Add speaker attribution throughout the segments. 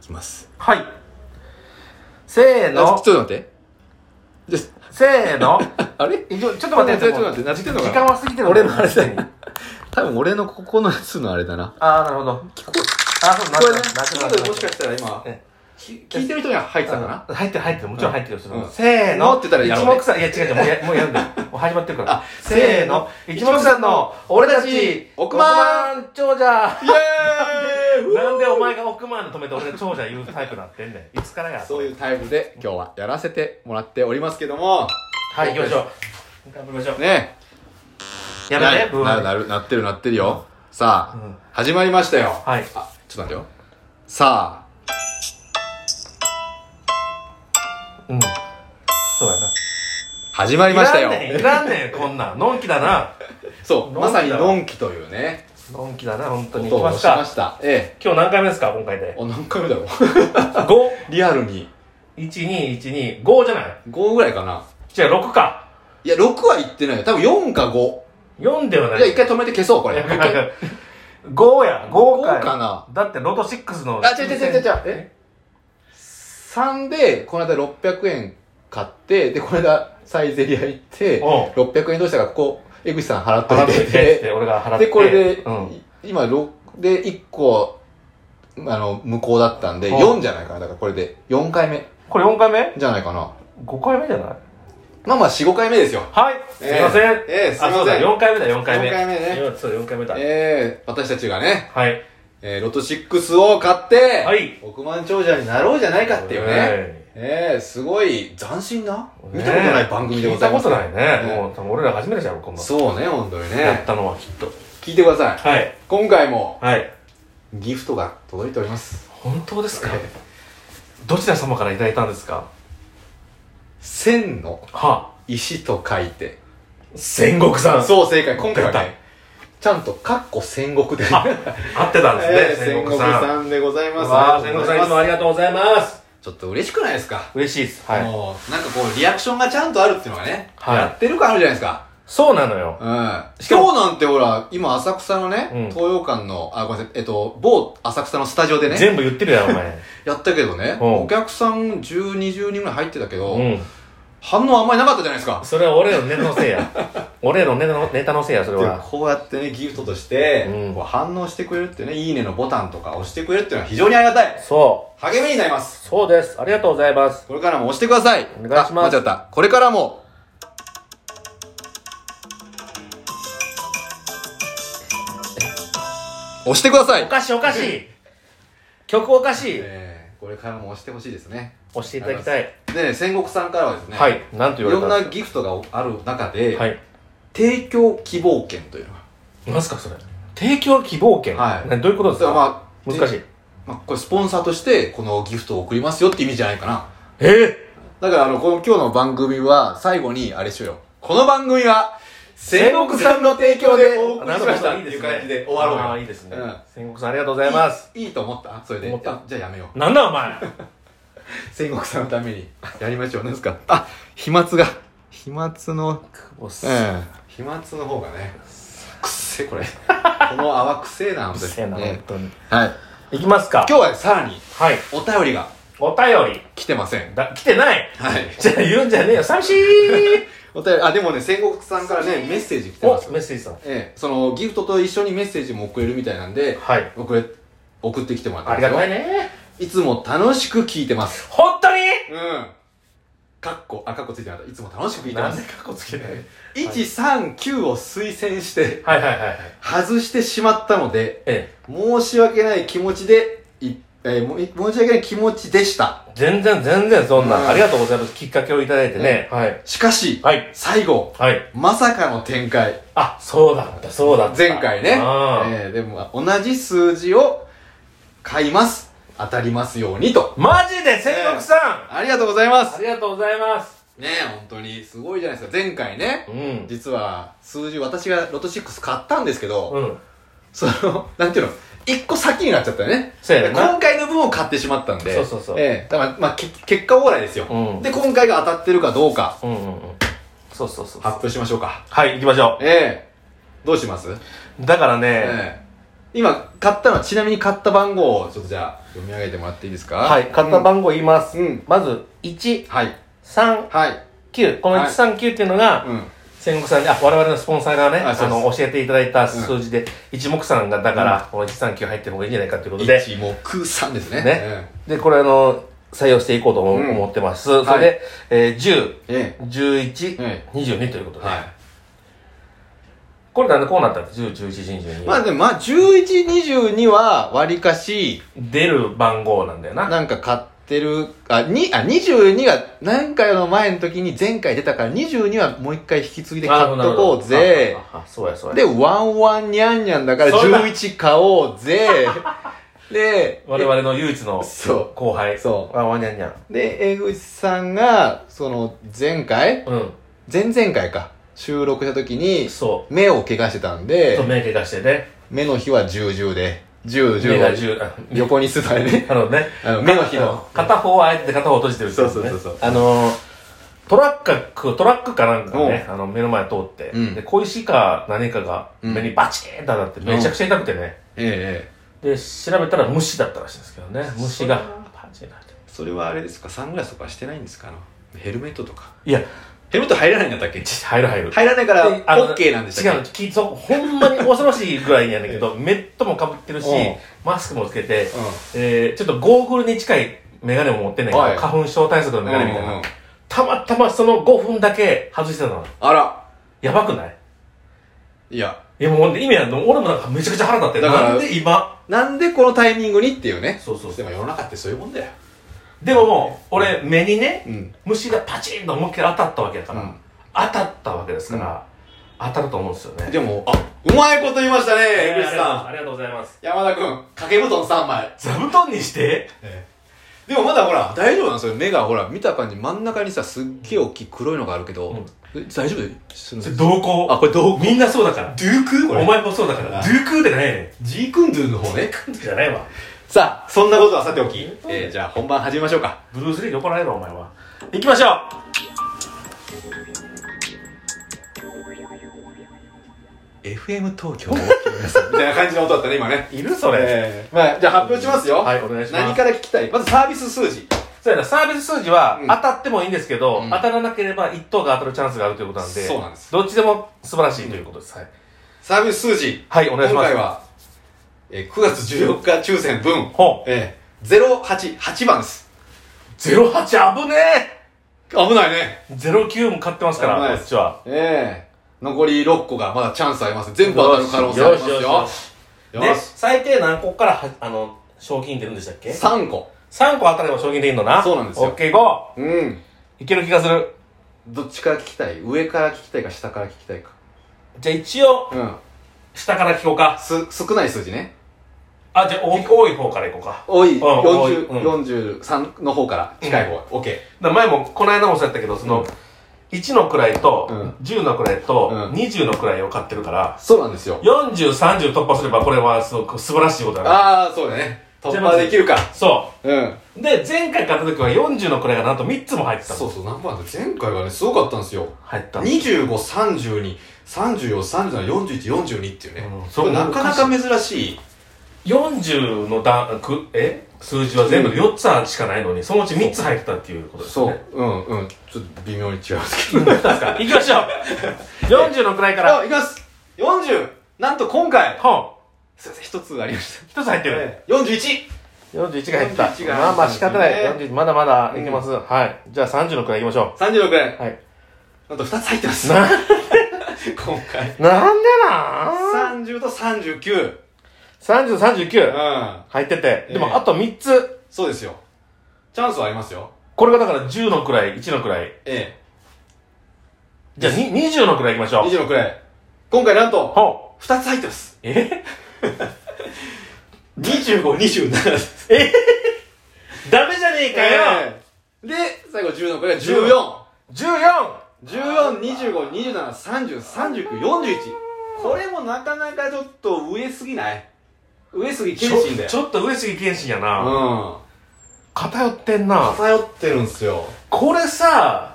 Speaker 1: きます。
Speaker 2: はい。せー
Speaker 1: あちょち、
Speaker 2: の
Speaker 1: ょっと待って。じゃ
Speaker 2: せ ーの。
Speaker 1: あれ
Speaker 2: えちょちょっと待って、
Speaker 1: ちょっと待ってなってんのか
Speaker 2: 時
Speaker 1: な
Speaker 2: 間は過ぎて る
Speaker 1: 俺のあれだ
Speaker 2: ね。
Speaker 1: 多分俺のここのやつのあれだな。
Speaker 2: あー、なるほど。
Speaker 1: 聞こ
Speaker 2: あ、そう、な
Speaker 1: これね
Speaker 2: ってなって
Speaker 1: ちょ
Speaker 2: な
Speaker 1: っ
Speaker 2: って
Speaker 1: ともしかしたら今
Speaker 2: え、
Speaker 1: き聞いてる人には入ってたかな
Speaker 2: 入ってる入ってる、もちろん入ってるよ。それ
Speaker 1: う
Speaker 2: は
Speaker 1: ん
Speaker 2: せーの。
Speaker 1: のって言ったらやろうね
Speaker 2: 一目散、いや違う違う、も うやもうやるんだよ。もう始まってるから。
Speaker 1: あ
Speaker 2: せーの。一目散の、俺たち、
Speaker 1: 億万
Speaker 2: 億長者
Speaker 1: イエーイ
Speaker 2: なんでお前が億万の止めて俺が長者言うタイプなってんねん。いつから や。
Speaker 1: そういうタイムで今日はやらせてもらっておりますけども、
Speaker 2: はい、行きましょう。頑張りましょう。
Speaker 1: ね。
Speaker 2: やめて、ブー
Speaker 1: なる、
Speaker 2: は
Speaker 1: なる、なってるなってるよ。さあ、
Speaker 2: うん
Speaker 1: 始まりましたよ。
Speaker 2: い。
Speaker 1: あ、ちょっと待ってよ。さ
Speaker 2: うん。そうやな。
Speaker 1: あ、始まりましたよ
Speaker 2: い。らんねん、いらんねん、こんなん。のんきだな。
Speaker 1: そう、
Speaker 2: のんきだ
Speaker 1: まさにのんきというね、
Speaker 2: のんきだな、本当
Speaker 1: こ
Speaker 2: に。
Speaker 1: と
Speaker 2: 行
Speaker 1: を
Speaker 2: きま
Speaker 1: し
Speaker 2: す
Speaker 1: ま
Speaker 2: か。
Speaker 1: した。え
Speaker 2: 今日何回目ですか、今回
Speaker 1: え。
Speaker 2: で。
Speaker 1: あ、何回目だろう。
Speaker 2: 5、
Speaker 1: リアルに。
Speaker 2: 1、2、1、2、5じゃない
Speaker 1: 5ぐらいかな。
Speaker 2: じゃあ6か。
Speaker 1: いや、6は言ってないよ。多分4か5。
Speaker 2: 4ではない。
Speaker 1: じゃあ一回止めて消そう、これ。
Speaker 2: 5や、5か
Speaker 1: 5かな
Speaker 2: だって、ロト6の。
Speaker 1: あ、違う違う違う違う。え ?3 で、この間600円買って、で、この間サイゼリア行って、
Speaker 2: おう
Speaker 1: 600円どうしたから、ここ、江口さん払っ
Speaker 2: 払
Speaker 1: と
Speaker 2: っと
Speaker 1: い、
Speaker 2: いてって俺が払って。
Speaker 1: で、これで
Speaker 2: うん。、
Speaker 1: 今、6で、1個、あの、無効だったんで、
Speaker 2: おう
Speaker 1: 4じゃないかな。だからこれで、4回目
Speaker 2: これ4回目
Speaker 1: じゃないかな。
Speaker 2: ?5 回目じゃない
Speaker 1: まあまあ、4、5回目ですよ。
Speaker 2: はい。す
Speaker 1: え
Speaker 2: い
Speaker 1: え
Speaker 2: ません。
Speaker 1: ええすいません
Speaker 2: あ、そうだ、4回目だ、4回目。
Speaker 1: 4回目ね
Speaker 2: 今そう、4回目だ。
Speaker 1: ええ私たちがね、
Speaker 2: はい。
Speaker 1: えー、ロト6を買って、
Speaker 2: はい
Speaker 1: 億万長者になろうじゃないかっていうね。
Speaker 2: ええ
Speaker 1: ええすごい斬新な、
Speaker 2: ねえ
Speaker 1: 見たことない番組でございます。
Speaker 2: 聞いたことないね。
Speaker 1: ええ
Speaker 2: もう、多分俺ら初めてじゃん、こんな。
Speaker 1: そうね、本当に
Speaker 2: やっ
Speaker 1: ね。
Speaker 2: たのはきっと。
Speaker 1: 聞いてください。
Speaker 2: はい。
Speaker 1: 今回も
Speaker 2: はい。
Speaker 1: ギフトが届いております。
Speaker 2: 本当ですかどちら様からいただいたんですか
Speaker 1: 千の
Speaker 2: は
Speaker 1: 石と書いて。
Speaker 2: 戦国さん。
Speaker 1: そう、正解。今回は
Speaker 2: 出
Speaker 1: ね、ちゃんと、かっこ戦国で。
Speaker 2: あ、合ってたん
Speaker 1: え
Speaker 2: で
Speaker 1: え
Speaker 2: すね、
Speaker 1: 戦国
Speaker 2: 戦国さん。
Speaker 1: さんでございます。
Speaker 2: わあ、
Speaker 1: あり
Speaker 2: 千
Speaker 1: がとうご
Speaker 2: 賀さんいつ
Speaker 1: ざ
Speaker 2: もありがとうございます。
Speaker 1: ちょっと嬉しくないですか
Speaker 2: 嬉しいです。はい。
Speaker 1: もう、なんかこう、リアクションがちゃんとあるっていうのがね、
Speaker 2: はい
Speaker 1: やってる感あるじゃないですか。
Speaker 2: そうなのよ。
Speaker 1: うん。今日なんてほら、今浅草のね、
Speaker 2: うん
Speaker 1: 東洋館の、あ、ごめんなさい、えっと、某浅草のスタジオでね、
Speaker 2: 全部言ってるやろ、お前。
Speaker 1: やったけどね、
Speaker 2: うん
Speaker 1: お客さん10、20人ぐらい入ってたけど、
Speaker 2: うん。
Speaker 1: 反応あんまりなかったじゃないですか。
Speaker 2: それは俺らのネタのせい や。俺らのネタのネタのせいや、それ
Speaker 1: でも
Speaker 2: は。
Speaker 1: こうやってね、ギフトとして、
Speaker 2: うん
Speaker 1: こう反応してくれるってね、いいねのボタンとか押してくれるっていうのは非常にありがたい。
Speaker 2: そ
Speaker 1: 励みになりま
Speaker 2: う。
Speaker 1: す。
Speaker 2: そうです。ありがとうございます。
Speaker 1: これからも押してください。
Speaker 2: お願いしま
Speaker 1: あ
Speaker 2: す
Speaker 1: 間違った。これからも、押してください
Speaker 2: お。かしい、おかしい。曲おかしい。
Speaker 1: えーこれからも押してほしいですね。
Speaker 2: 押していただきたい。
Speaker 1: で、戦国さんからはですね、、
Speaker 2: はいい。なんと言われ
Speaker 1: ろ
Speaker 2: た
Speaker 1: ん
Speaker 2: んで、
Speaker 1: なギフトがある中です
Speaker 2: かはい。
Speaker 1: 提供希望券というのが。
Speaker 2: 何すか、それ。提供希望券。
Speaker 1: はい
Speaker 2: などういうことです
Speaker 1: それは
Speaker 2: か
Speaker 1: まあ、
Speaker 2: 難し
Speaker 1: い。
Speaker 2: い。
Speaker 1: まあ、これスポンサーとして、このギフトを送りますよって意味じゃないかな。
Speaker 2: えー
Speaker 1: だから、あの、この今日の番組は、最後に、あれしようよ。この番組は、戦国さんの提供でお送りしましたっていう感じで終わろう
Speaker 2: あ
Speaker 1: よ
Speaker 2: ーいいですね
Speaker 1: うん。
Speaker 2: 戦国さんありがとうございます。
Speaker 1: いいいいと思ったそれで。
Speaker 2: 思った
Speaker 1: あじゃあやめよう。
Speaker 2: なんだお前。
Speaker 1: 戦国さんのために、やりましょう。何ですかあ、飛沫が。飛沫の、
Speaker 2: 久保
Speaker 1: う
Speaker 2: さん
Speaker 1: ん。飛沫の方がね、くっせ、これ。この泡くせえな、本
Speaker 2: うる
Speaker 1: 当に。
Speaker 2: せえな、
Speaker 1: ね
Speaker 2: 本当に。
Speaker 1: はい。
Speaker 2: いきますか。
Speaker 1: 今日はさらに、
Speaker 2: はい。
Speaker 1: お便りが
Speaker 2: お便り。
Speaker 1: 来てません。
Speaker 2: だ、来てない。
Speaker 1: はい。
Speaker 2: じゃあ言うんじゃねえよ。寂しい。
Speaker 1: お便り、あ、でもね、戦国さんからね、メッセージ来て
Speaker 2: お
Speaker 1: ます、。
Speaker 2: メッセージさん。
Speaker 1: ええ、その、ギフトと一緒にメッセージも送れるみたいなんで、
Speaker 2: はい。
Speaker 1: 送れ、送ってきてもらった
Speaker 2: あ
Speaker 1: ん
Speaker 2: り
Speaker 1: です
Speaker 2: が
Speaker 1: よ。
Speaker 2: たいね。
Speaker 1: いつも楽しく聞いてます。
Speaker 2: 本当に
Speaker 1: うん。かっこ、あ、かっこついてなかった。いつも楽しく聞いて
Speaker 2: な
Speaker 1: ま。
Speaker 2: んですカッコつけない
Speaker 1: 139を推薦して、
Speaker 2: はいはいはいはい。
Speaker 1: 外してしまったので、
Speaker 2: え
Speaker 1: 申し訳ない気持ちで、いえーもい申し訳ない気持ちでした。
Speaker 2: え。全然全然そん
Speaker 1: うん
Speaker 2: な。ありがとうございます。きっかけをいただいてね。はい。
Speaker 1: しかし、
Speaker 2: はい。
Speaker 1: 最後、
Speaker 2: はい。
Speaker 1: まさかの展開。
Speaker 2: あ、そうだった、そうだった。
Speaker 1: 前回ね。え
Speaker 2: あー
Speaker 1: ーでも、同じ数字を買います。当たりますようにと。
Speaker 2: マジで戦国さん
Speaker 1: ありがとうございま
Speaker 2: あ
Speaker 1: す。
Speaker 2: りがとうございます。
Speaker 1: ねえ、本当に、すごいじゃないですか。前回ね
Speaker 2: う、ん。
Speaker 1: 実は、数字、私がロト6買ったんですけど、
Speaker 2: うん。
Speaker 1: その、なんていうの、一個先になっちゃったよね。
Speaker 2: そうや
Speaker 1: で
Speaker 2: ねんな。
Speaker 1: 今回の分を買ってしまったんで。
Speaker 2: そうそうそう
Speaker 1: ええだから、まあ、け結果オーライですよ、
Speaker 2: うん
Speaker 1: で、今回が当たってるかどうか、
Speaker 2: うんうんうん。そうそうそう。
Speaker 1: 発表しましょうか。
Speaker 2: はい、行きましょ
Speaker 1: ええどうします
Speaker 2: う。だからね、
Speaker 1: え今買ったのはちなみに買った番号をちょっとじゃあ読み上げてもらっていいですか
Speaker 2: はい、買った番号言います。
Speaker 1: うん
Speaker 2: まず、1、
Speaker 1: はい
Speaker 2: 3、
Speaker 1: はい
Speaker 2: 9。この
Speaker 1: はい
Speaker 2: 139っていうのが、
Speaker 1: うん
Speaker 2: 戦国さんで、あ、我々のスポンサーがね、
Speaker 1: あ
Speaker 2: あ
Speaker 1: そうです
Speaker 2: の、教えていただいた数字で、一目散が、だから、この139入ってる方がいいんじゃないかということで、
Speaker 1: 一目散ですね
Speaker 2: ねで、これあの、採用していこうと思,、
Speaker 1: うん
Speaker 2: 思ってます。それで、えー、10、
Speaker 1: ええ
Speaker 2: 11、
Speaker 1: え
Speaker 2: 22ということ
Speaker 1: え
Speaker 2: で、
Speaker 1: はい
Speaker 2: これなんでこうなったんです ?10、11、12。
Speaker 1: まあでもまあ1122はわりかし
Speaker 2: 出る番号なんだよな。
Speaker 1: なんか買ってるあにあ22が何回の前の時に前回出たから22はもう一回引き継いで買っとこうぜ
Speaker 2: あ。ああそうや、そうや。
Speaker 1: で、ワンワンニャンニャンだから
Speaker 2: そうだ
Speaker 1: 11買おう ぜ。で、
Speaker 2: 我々の唯一の
Speaker 1: そ
Speaker 2: 後輩。。
Speaker 1: そう
Speaker 2: あ、わにゃんにゃん。
Speaker 1: う。で、江口さんが、その、前回
Speaker 2: う
Speaker 1: 前々回か。収録した時に
Speaker 2: ん。、そ
Speaker 1: 目を怪我してたん
Speaker 2: う。
Speaker 1: で
Speaker 2: と、目怪我してね。
Speaker 1: 目の日は10、10で、10、
Speaker 2: 目が
Speaker 1: 10。
Speaker 2: 十あ
Speaker 1: 横にすたれ ね。
Speaker 2: あのね
Speaker 1: あの。目の日の
Speaker 2: 片方はあえて片方閉じてるってことね
Speaker 1: そうそうそう
Speaker 2: あのー、トラック、トラックかなんかがね、あの、目の前通って、
Speaker 1: うん
Speaker 2: で、小石か何かが
Speaker 1: うん
Speaker 2: 目にバチーンと当たって、めちゃくちゃ痛くてね。
Speaker 1: ええ。
Speaker 2: で、調べたら虫だったらしいんですけどね。虫がパチンと入って
Speaker 1: それはあれですかサングラスとかしてないんですかあのヘルメットとか。
Speaker 2: いや、
Speaker 1: ヘルメット入らないんだったっけ
Speaker 2: ち入る入る。
Speaker 1: 入らないか
Speaker 2: であの違うの
Speaker 1: っ
Speaker 2: きそうほんまに恐ろしいぐらいやねんだ けどメットもかぶってるし
Speaker 1: うん
Speaker 2: マスクもつけて、
Speaker 1: うん
Speaker 2: えーちょっとゴーグルに近い眼鏡も持ってんねんけど、
Speaker 1: はい
Speaker 2: 花粉症対策の
Speaker 1: け
Speaker 2: 眼鏡みたいな、
Speaker 1: うんうん
Speaker 2: たまたまその5分だけ外してたの
Speaker 1: あら。
Speaker 2: やばくない
Speaker 1: いや、
Speaker 2: いやもうほんで意味あるの俺もなんかめちゃくちゃ腹立ってる
Speaker 1: だから
Speaker 2: なんで今
Speaker 1: なんでこのタイミングにっていうね。
Speaker 2: そうそうそう
Speaker 1: も世の中ってそういうもんだよ。
Speaker 2: でももう俺目にね、
Speaker 1: うん。
Speaker 2: 虫がパチンと思いっきり当たったわけやから、
Speaker 1: うん
Speaker 2: 当たったわけですから、当たると思うんですよね
Speaker 1: でも、あ、うまいこと言いましたね、江口さん。
Speaker 2: ありがとうございます
Speaker 1: 山田くん、掛け布団3枚。
Speaker 2: 座布団にして
Speaker 1: でもまだほら、大丈夫なんですよ。目がほら、見た感じ真ん中にさ、すっげえ大きい黒いのがあるけど、
Speaker 2: うん
Speaker 1: え大丈夫するの
Speaker 2: それ同行
Speaker 1: あ、これどう
Speaker 2: みんなそうだから。
Speaker 1: ドゥークこれ。
Speaker 2: お前もそうだから。
Speaker 1: あ
Speaker 2: ドゥークーでないね
Speaker 1: ジークンドゥの方ね。
Speaker 2: ん。じゃないわ。
Speaker 1: さあ、そんなことはさておき、えー、じゃあ本番始めましょうか。
Speaker 2: ブルース・リーに怒られるわお前は。行きましょう
Speaker 1: FM 東京 みたいな感じの音だったね、今ね。
Speaker 2: いるそれ。
Speaker 1: えー、まあ、じゃあ発表しますよ。
Speaker 2: はい、お願いします。
Speaker 1: 何から聞きたいまずサービス数字。
Speaker 2: そうやな、サービス数字は
Speaker 1: うん
Speaker 2: 当たってもいいんですけど、
Speaker 1: うん
Speaker 2: 当たらなければ1等が当たるチャンスがあるということなんで、
Speaker 1: そうなんです
Speaker 2: どっちでも素晴らしいということです。はい。
Speaker 1: サービス数字。
Speaker 2: はい、お願いし
Speaker 1: 今
Speaker 2: ます。
Speaker 1: 回。は、えー、9月14日抽選分、
Speaker 2: ほう。
Speaker 1: えー、088 8番です。
Speaker 2: 08危ね
Speaker 1: 危ないね。
Speaker 2: え !09 も買ってますか
Speaker 1: 危ない
Speaker 2: ら、
Speaker 1: で
Speaker 2: こ
Speaker 1: す
Speaker 2: っちは。
Speaker 1: ええ残り6個がまだチャンスあります。全部当たる可能性ありますよ。
Speaker 2: よし
Speaker 1: よ
Speaker 2: よ
Speaker 1: し。
Speaker 2: で、最低何個からは、あの、賞金出るんでしたっけ
Speaker 1: 3個。
Speaker 2: 3個当たれば賞金でいいのな
Speaker 1: そうなんですよ
Speaker 2: オッケー5
Speaker 1: うん。
Speaker 2: いける気がする
Speaker 1: どっちから聞きたい上から聞きたいか下から聞きたいか。
Speaker 2: じゃあ一応
Speaker 1: うん。
Speaker 2: 下から聞こうか
Speaker 1: す、少ない数字ね。
Speaker 2: あじゃあ多い多い方からいこうか
Speaker 1: 多い、
Speaker 2: ん多い
Speaker 1: 40、
Speaker 2: うん
Speaker 1: 43の方から近い方が、オッケ
Speaker 2: だから前もこの間もそうやったけどその、1の位と、
Speaker 1: うん
Speaker 2: 10の位と、
Speaker 1: うん
Speaker 2: 20の位を買ってるから
Speaker 1: ー。そうなんですよ。
Speaker 2: 4030突破すればこれはすごく素晴らしいことだね
Speaker 1: ああ、そうだね。突
Speaker 2: じゃあま
Speaker 1: 破
Speaker 2: ず
Speaker 1: できるか。
Speaker 2: そ
Speaker 1: うん。
Speaker 2: うで前回買った時は40の位がなんと3つも入ってた
Speaker 1: そ
Speaker 2: の
Speaker 1: うそう、何番だ前回はね、すごかったんですよ。
Speaker 2: 入ったの
Speaker 1: 25、32、34、37、41、42っていうね。
Speaker 2: うん
Speaker 1: これなかなか珍しい。
Speaker 2: 40の段くえ数字は全部で4つしかないのにそのうち3つ入ってたっていうことですね
Speaker 1: そう。うんうん。ちょっと微妙に違うんですけど。
Speaker 2: 行きましょう !40 の位から、
Speaker 1: あ、いきます。40! なんと今回、
Speaker 2: 本、
Speaker 1: すいません、一つありまし
Speaker 2: 一つ入って
Speaker 1: た。
Speaker 2: る。
Speaker 1: ええ 41!
Speaker 2: 41
Speaker 1: が入
Speaker 2: が入
Speaker 1: っ
Speaker 2: ったた。
Speaker 1: ま
Speaker 2: ま
Speaker 1: あ
Speaker 2: あ
Speaker 1: ま
Speaker 2: ま
Speaker 1: あ
Speaker 2: あ
Speaker 1: 仕
Speaker 2: 仕
Speaker 1: 方
Speaker 2: 方
Speaker 1: な
Speaker 2: ないい。41、まだまだいけます。はい。じゃあ30の位行きましょ
Speaker 1: 36円
Speaker 2: う。。はい。
Speaker 1: なんと2つ入ってます。
Speaker 2: な、
Speaker 1: 今回。
Speaker 2: なんでな
Speaker 1: 30と39。
Speaker 2: ?30、
Speaker 1: う
Speaker 2: 39
Speaker 1: ん。
Speaker 2: 入ってて。で
Speaker 1: ええ
Speaker 2: もあと3つ。
Speaker 1: そうですよ。チャンスはありますよ。
Speaker 2: これがだから10の位、1の位。
Speaker 1: え
Speaker 2: じゃあに20の位行きまし
Speaker 1: え。
Speaker 2: ょう。
Speaker 1: 26円。今回なんと、
Speaker 2: 本。
Speaker 1: 2つ入ってます。
Speaker 2: え
Speaker 1: 25、27です。
Speaker 2: ダメじゃねえかよ
Speaker 1: で、最後10のこれが14。
Speaker 2: !14!
Speaker 1: 14、25、27、30、39、41。これもなかなかちょっと上すぎない上すぎ
Speaker 2: ち
Speaker 1: 謙信だ
Speaker 2: ょ
Speaker 1: よ
Speaker 2: ち。ょっと上杉謙信やな。
Speaker 1: うん。
Speaker 2: 偏ってんな。
Speaker 1: 偏ってるんすよ。
Speaker 2: これさ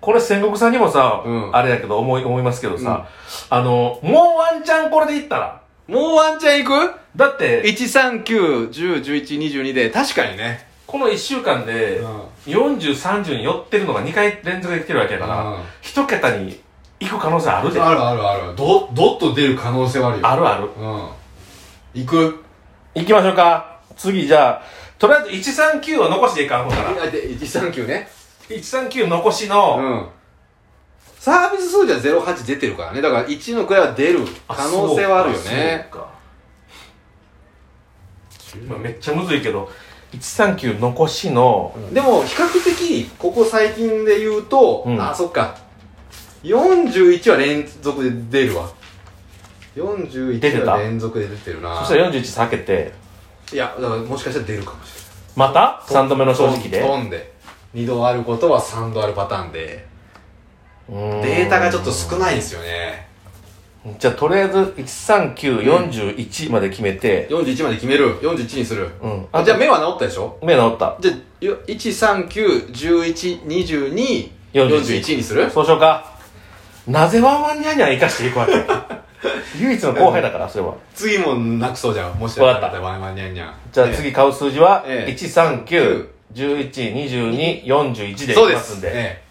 Speaker 2: これ戦国さんにもさ、
Speaker 1: うん
Speaker 2: あれだけど思い思いますけどさ、あのもうワンチャンこれでいったら
Speaker 1: もうワンチャンいく
Speaker 2: だって、
Speaker 1: ?139101122で確かにね
Speaker 2: この1週間で、40、30に寄ってるのが2回連続で来てるわけだから、
Speaker 3: あ
Speaker 2: 一桁に行く可能性あるで。
Speaker 3: る
Speaker 2: あ
Speaker 3: あるあるどどっと出る可能性はあるよ
Speaker 2: るある。
Speaker 3: うん行く
Speaker 2: 行きましょうか。次、じゃあ、とりあえず139は残していかんほうかな。
Speaker 1: 139ね
Speaker 2: 139残しの、
Speaker 1: うんサービス数字は08出てるからねだから1の位は出る
Speaker 2: あ
Speaker 1: 可能性はあるよね。
Speaker 2: そうかそうかまあめっちゃむずいけど、139残しの、
Speaker 1: でも比較的ここ最近で言うと、
Speaker 2: うん
Speaker 1: あそっか41は連続で出るわ
Speaker 2: 出て
Speaker 1: 41
Speaker 2: た
Speaker 1: は連続で出てるな
Speaker 2: そしたら41避けて、
Speaker 1: いやだからもしかしたら出るかもしれない
Speaker 2: また ?3 度目の正直で。
Speaker 1: 飛んで2度あることは3度あるパターンでデ
Speaker 2: デ
Speaker 1: ータがちょっと少ないんですよね
Speaker 2: じゃあとりあえず13941まで決めて、
Speaker 1: 41まで決める41にする、
Speaker 2: うん
Speaker 1: あじゃあ目は治ったでしょ
Speaker 2: 目治った
Speaker 1: じゃあ1391122 41
Speaker 2: 41
Speaker 1: にする
Speaker 2: そうしようかなぜワンワンニャンニャン生かしていくわ け唯一の後輩だからそれは
Speaker 1: 次もなくそうじゃんもし
Speaker 2: わかった
Speaker 1: ワンワンニャンニャン
Speaker 2: じゃあ次買う数字は
Speaker 1: ええ
Speaker 2: 139112241でいき
Speaker 1: そうで
Speaker 2: ます
Speaker 1: す
Speaker 2: んで
Speaker 1: ええ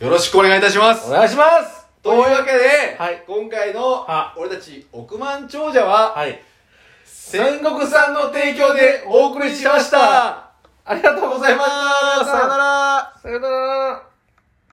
Speaker 1: よろしくお願いいたしま
Speaker 2: お
Speaker 1: す
Speaker 2: 願いします
Speaker 1: というわけで、
Speaker 2: はい
Speaker 1: 今回の
Speaker 2: は
Speaker 1: 俺たち億万長者は
Speaker 2: はい
Speaker 1: 戦国さんの提供でお送りしました
Speaker 2: ありがと
Speaker 1: あ
Speaker 2: う
Speaker 1: りがとうございますさよなら
Speaker 2: さよなら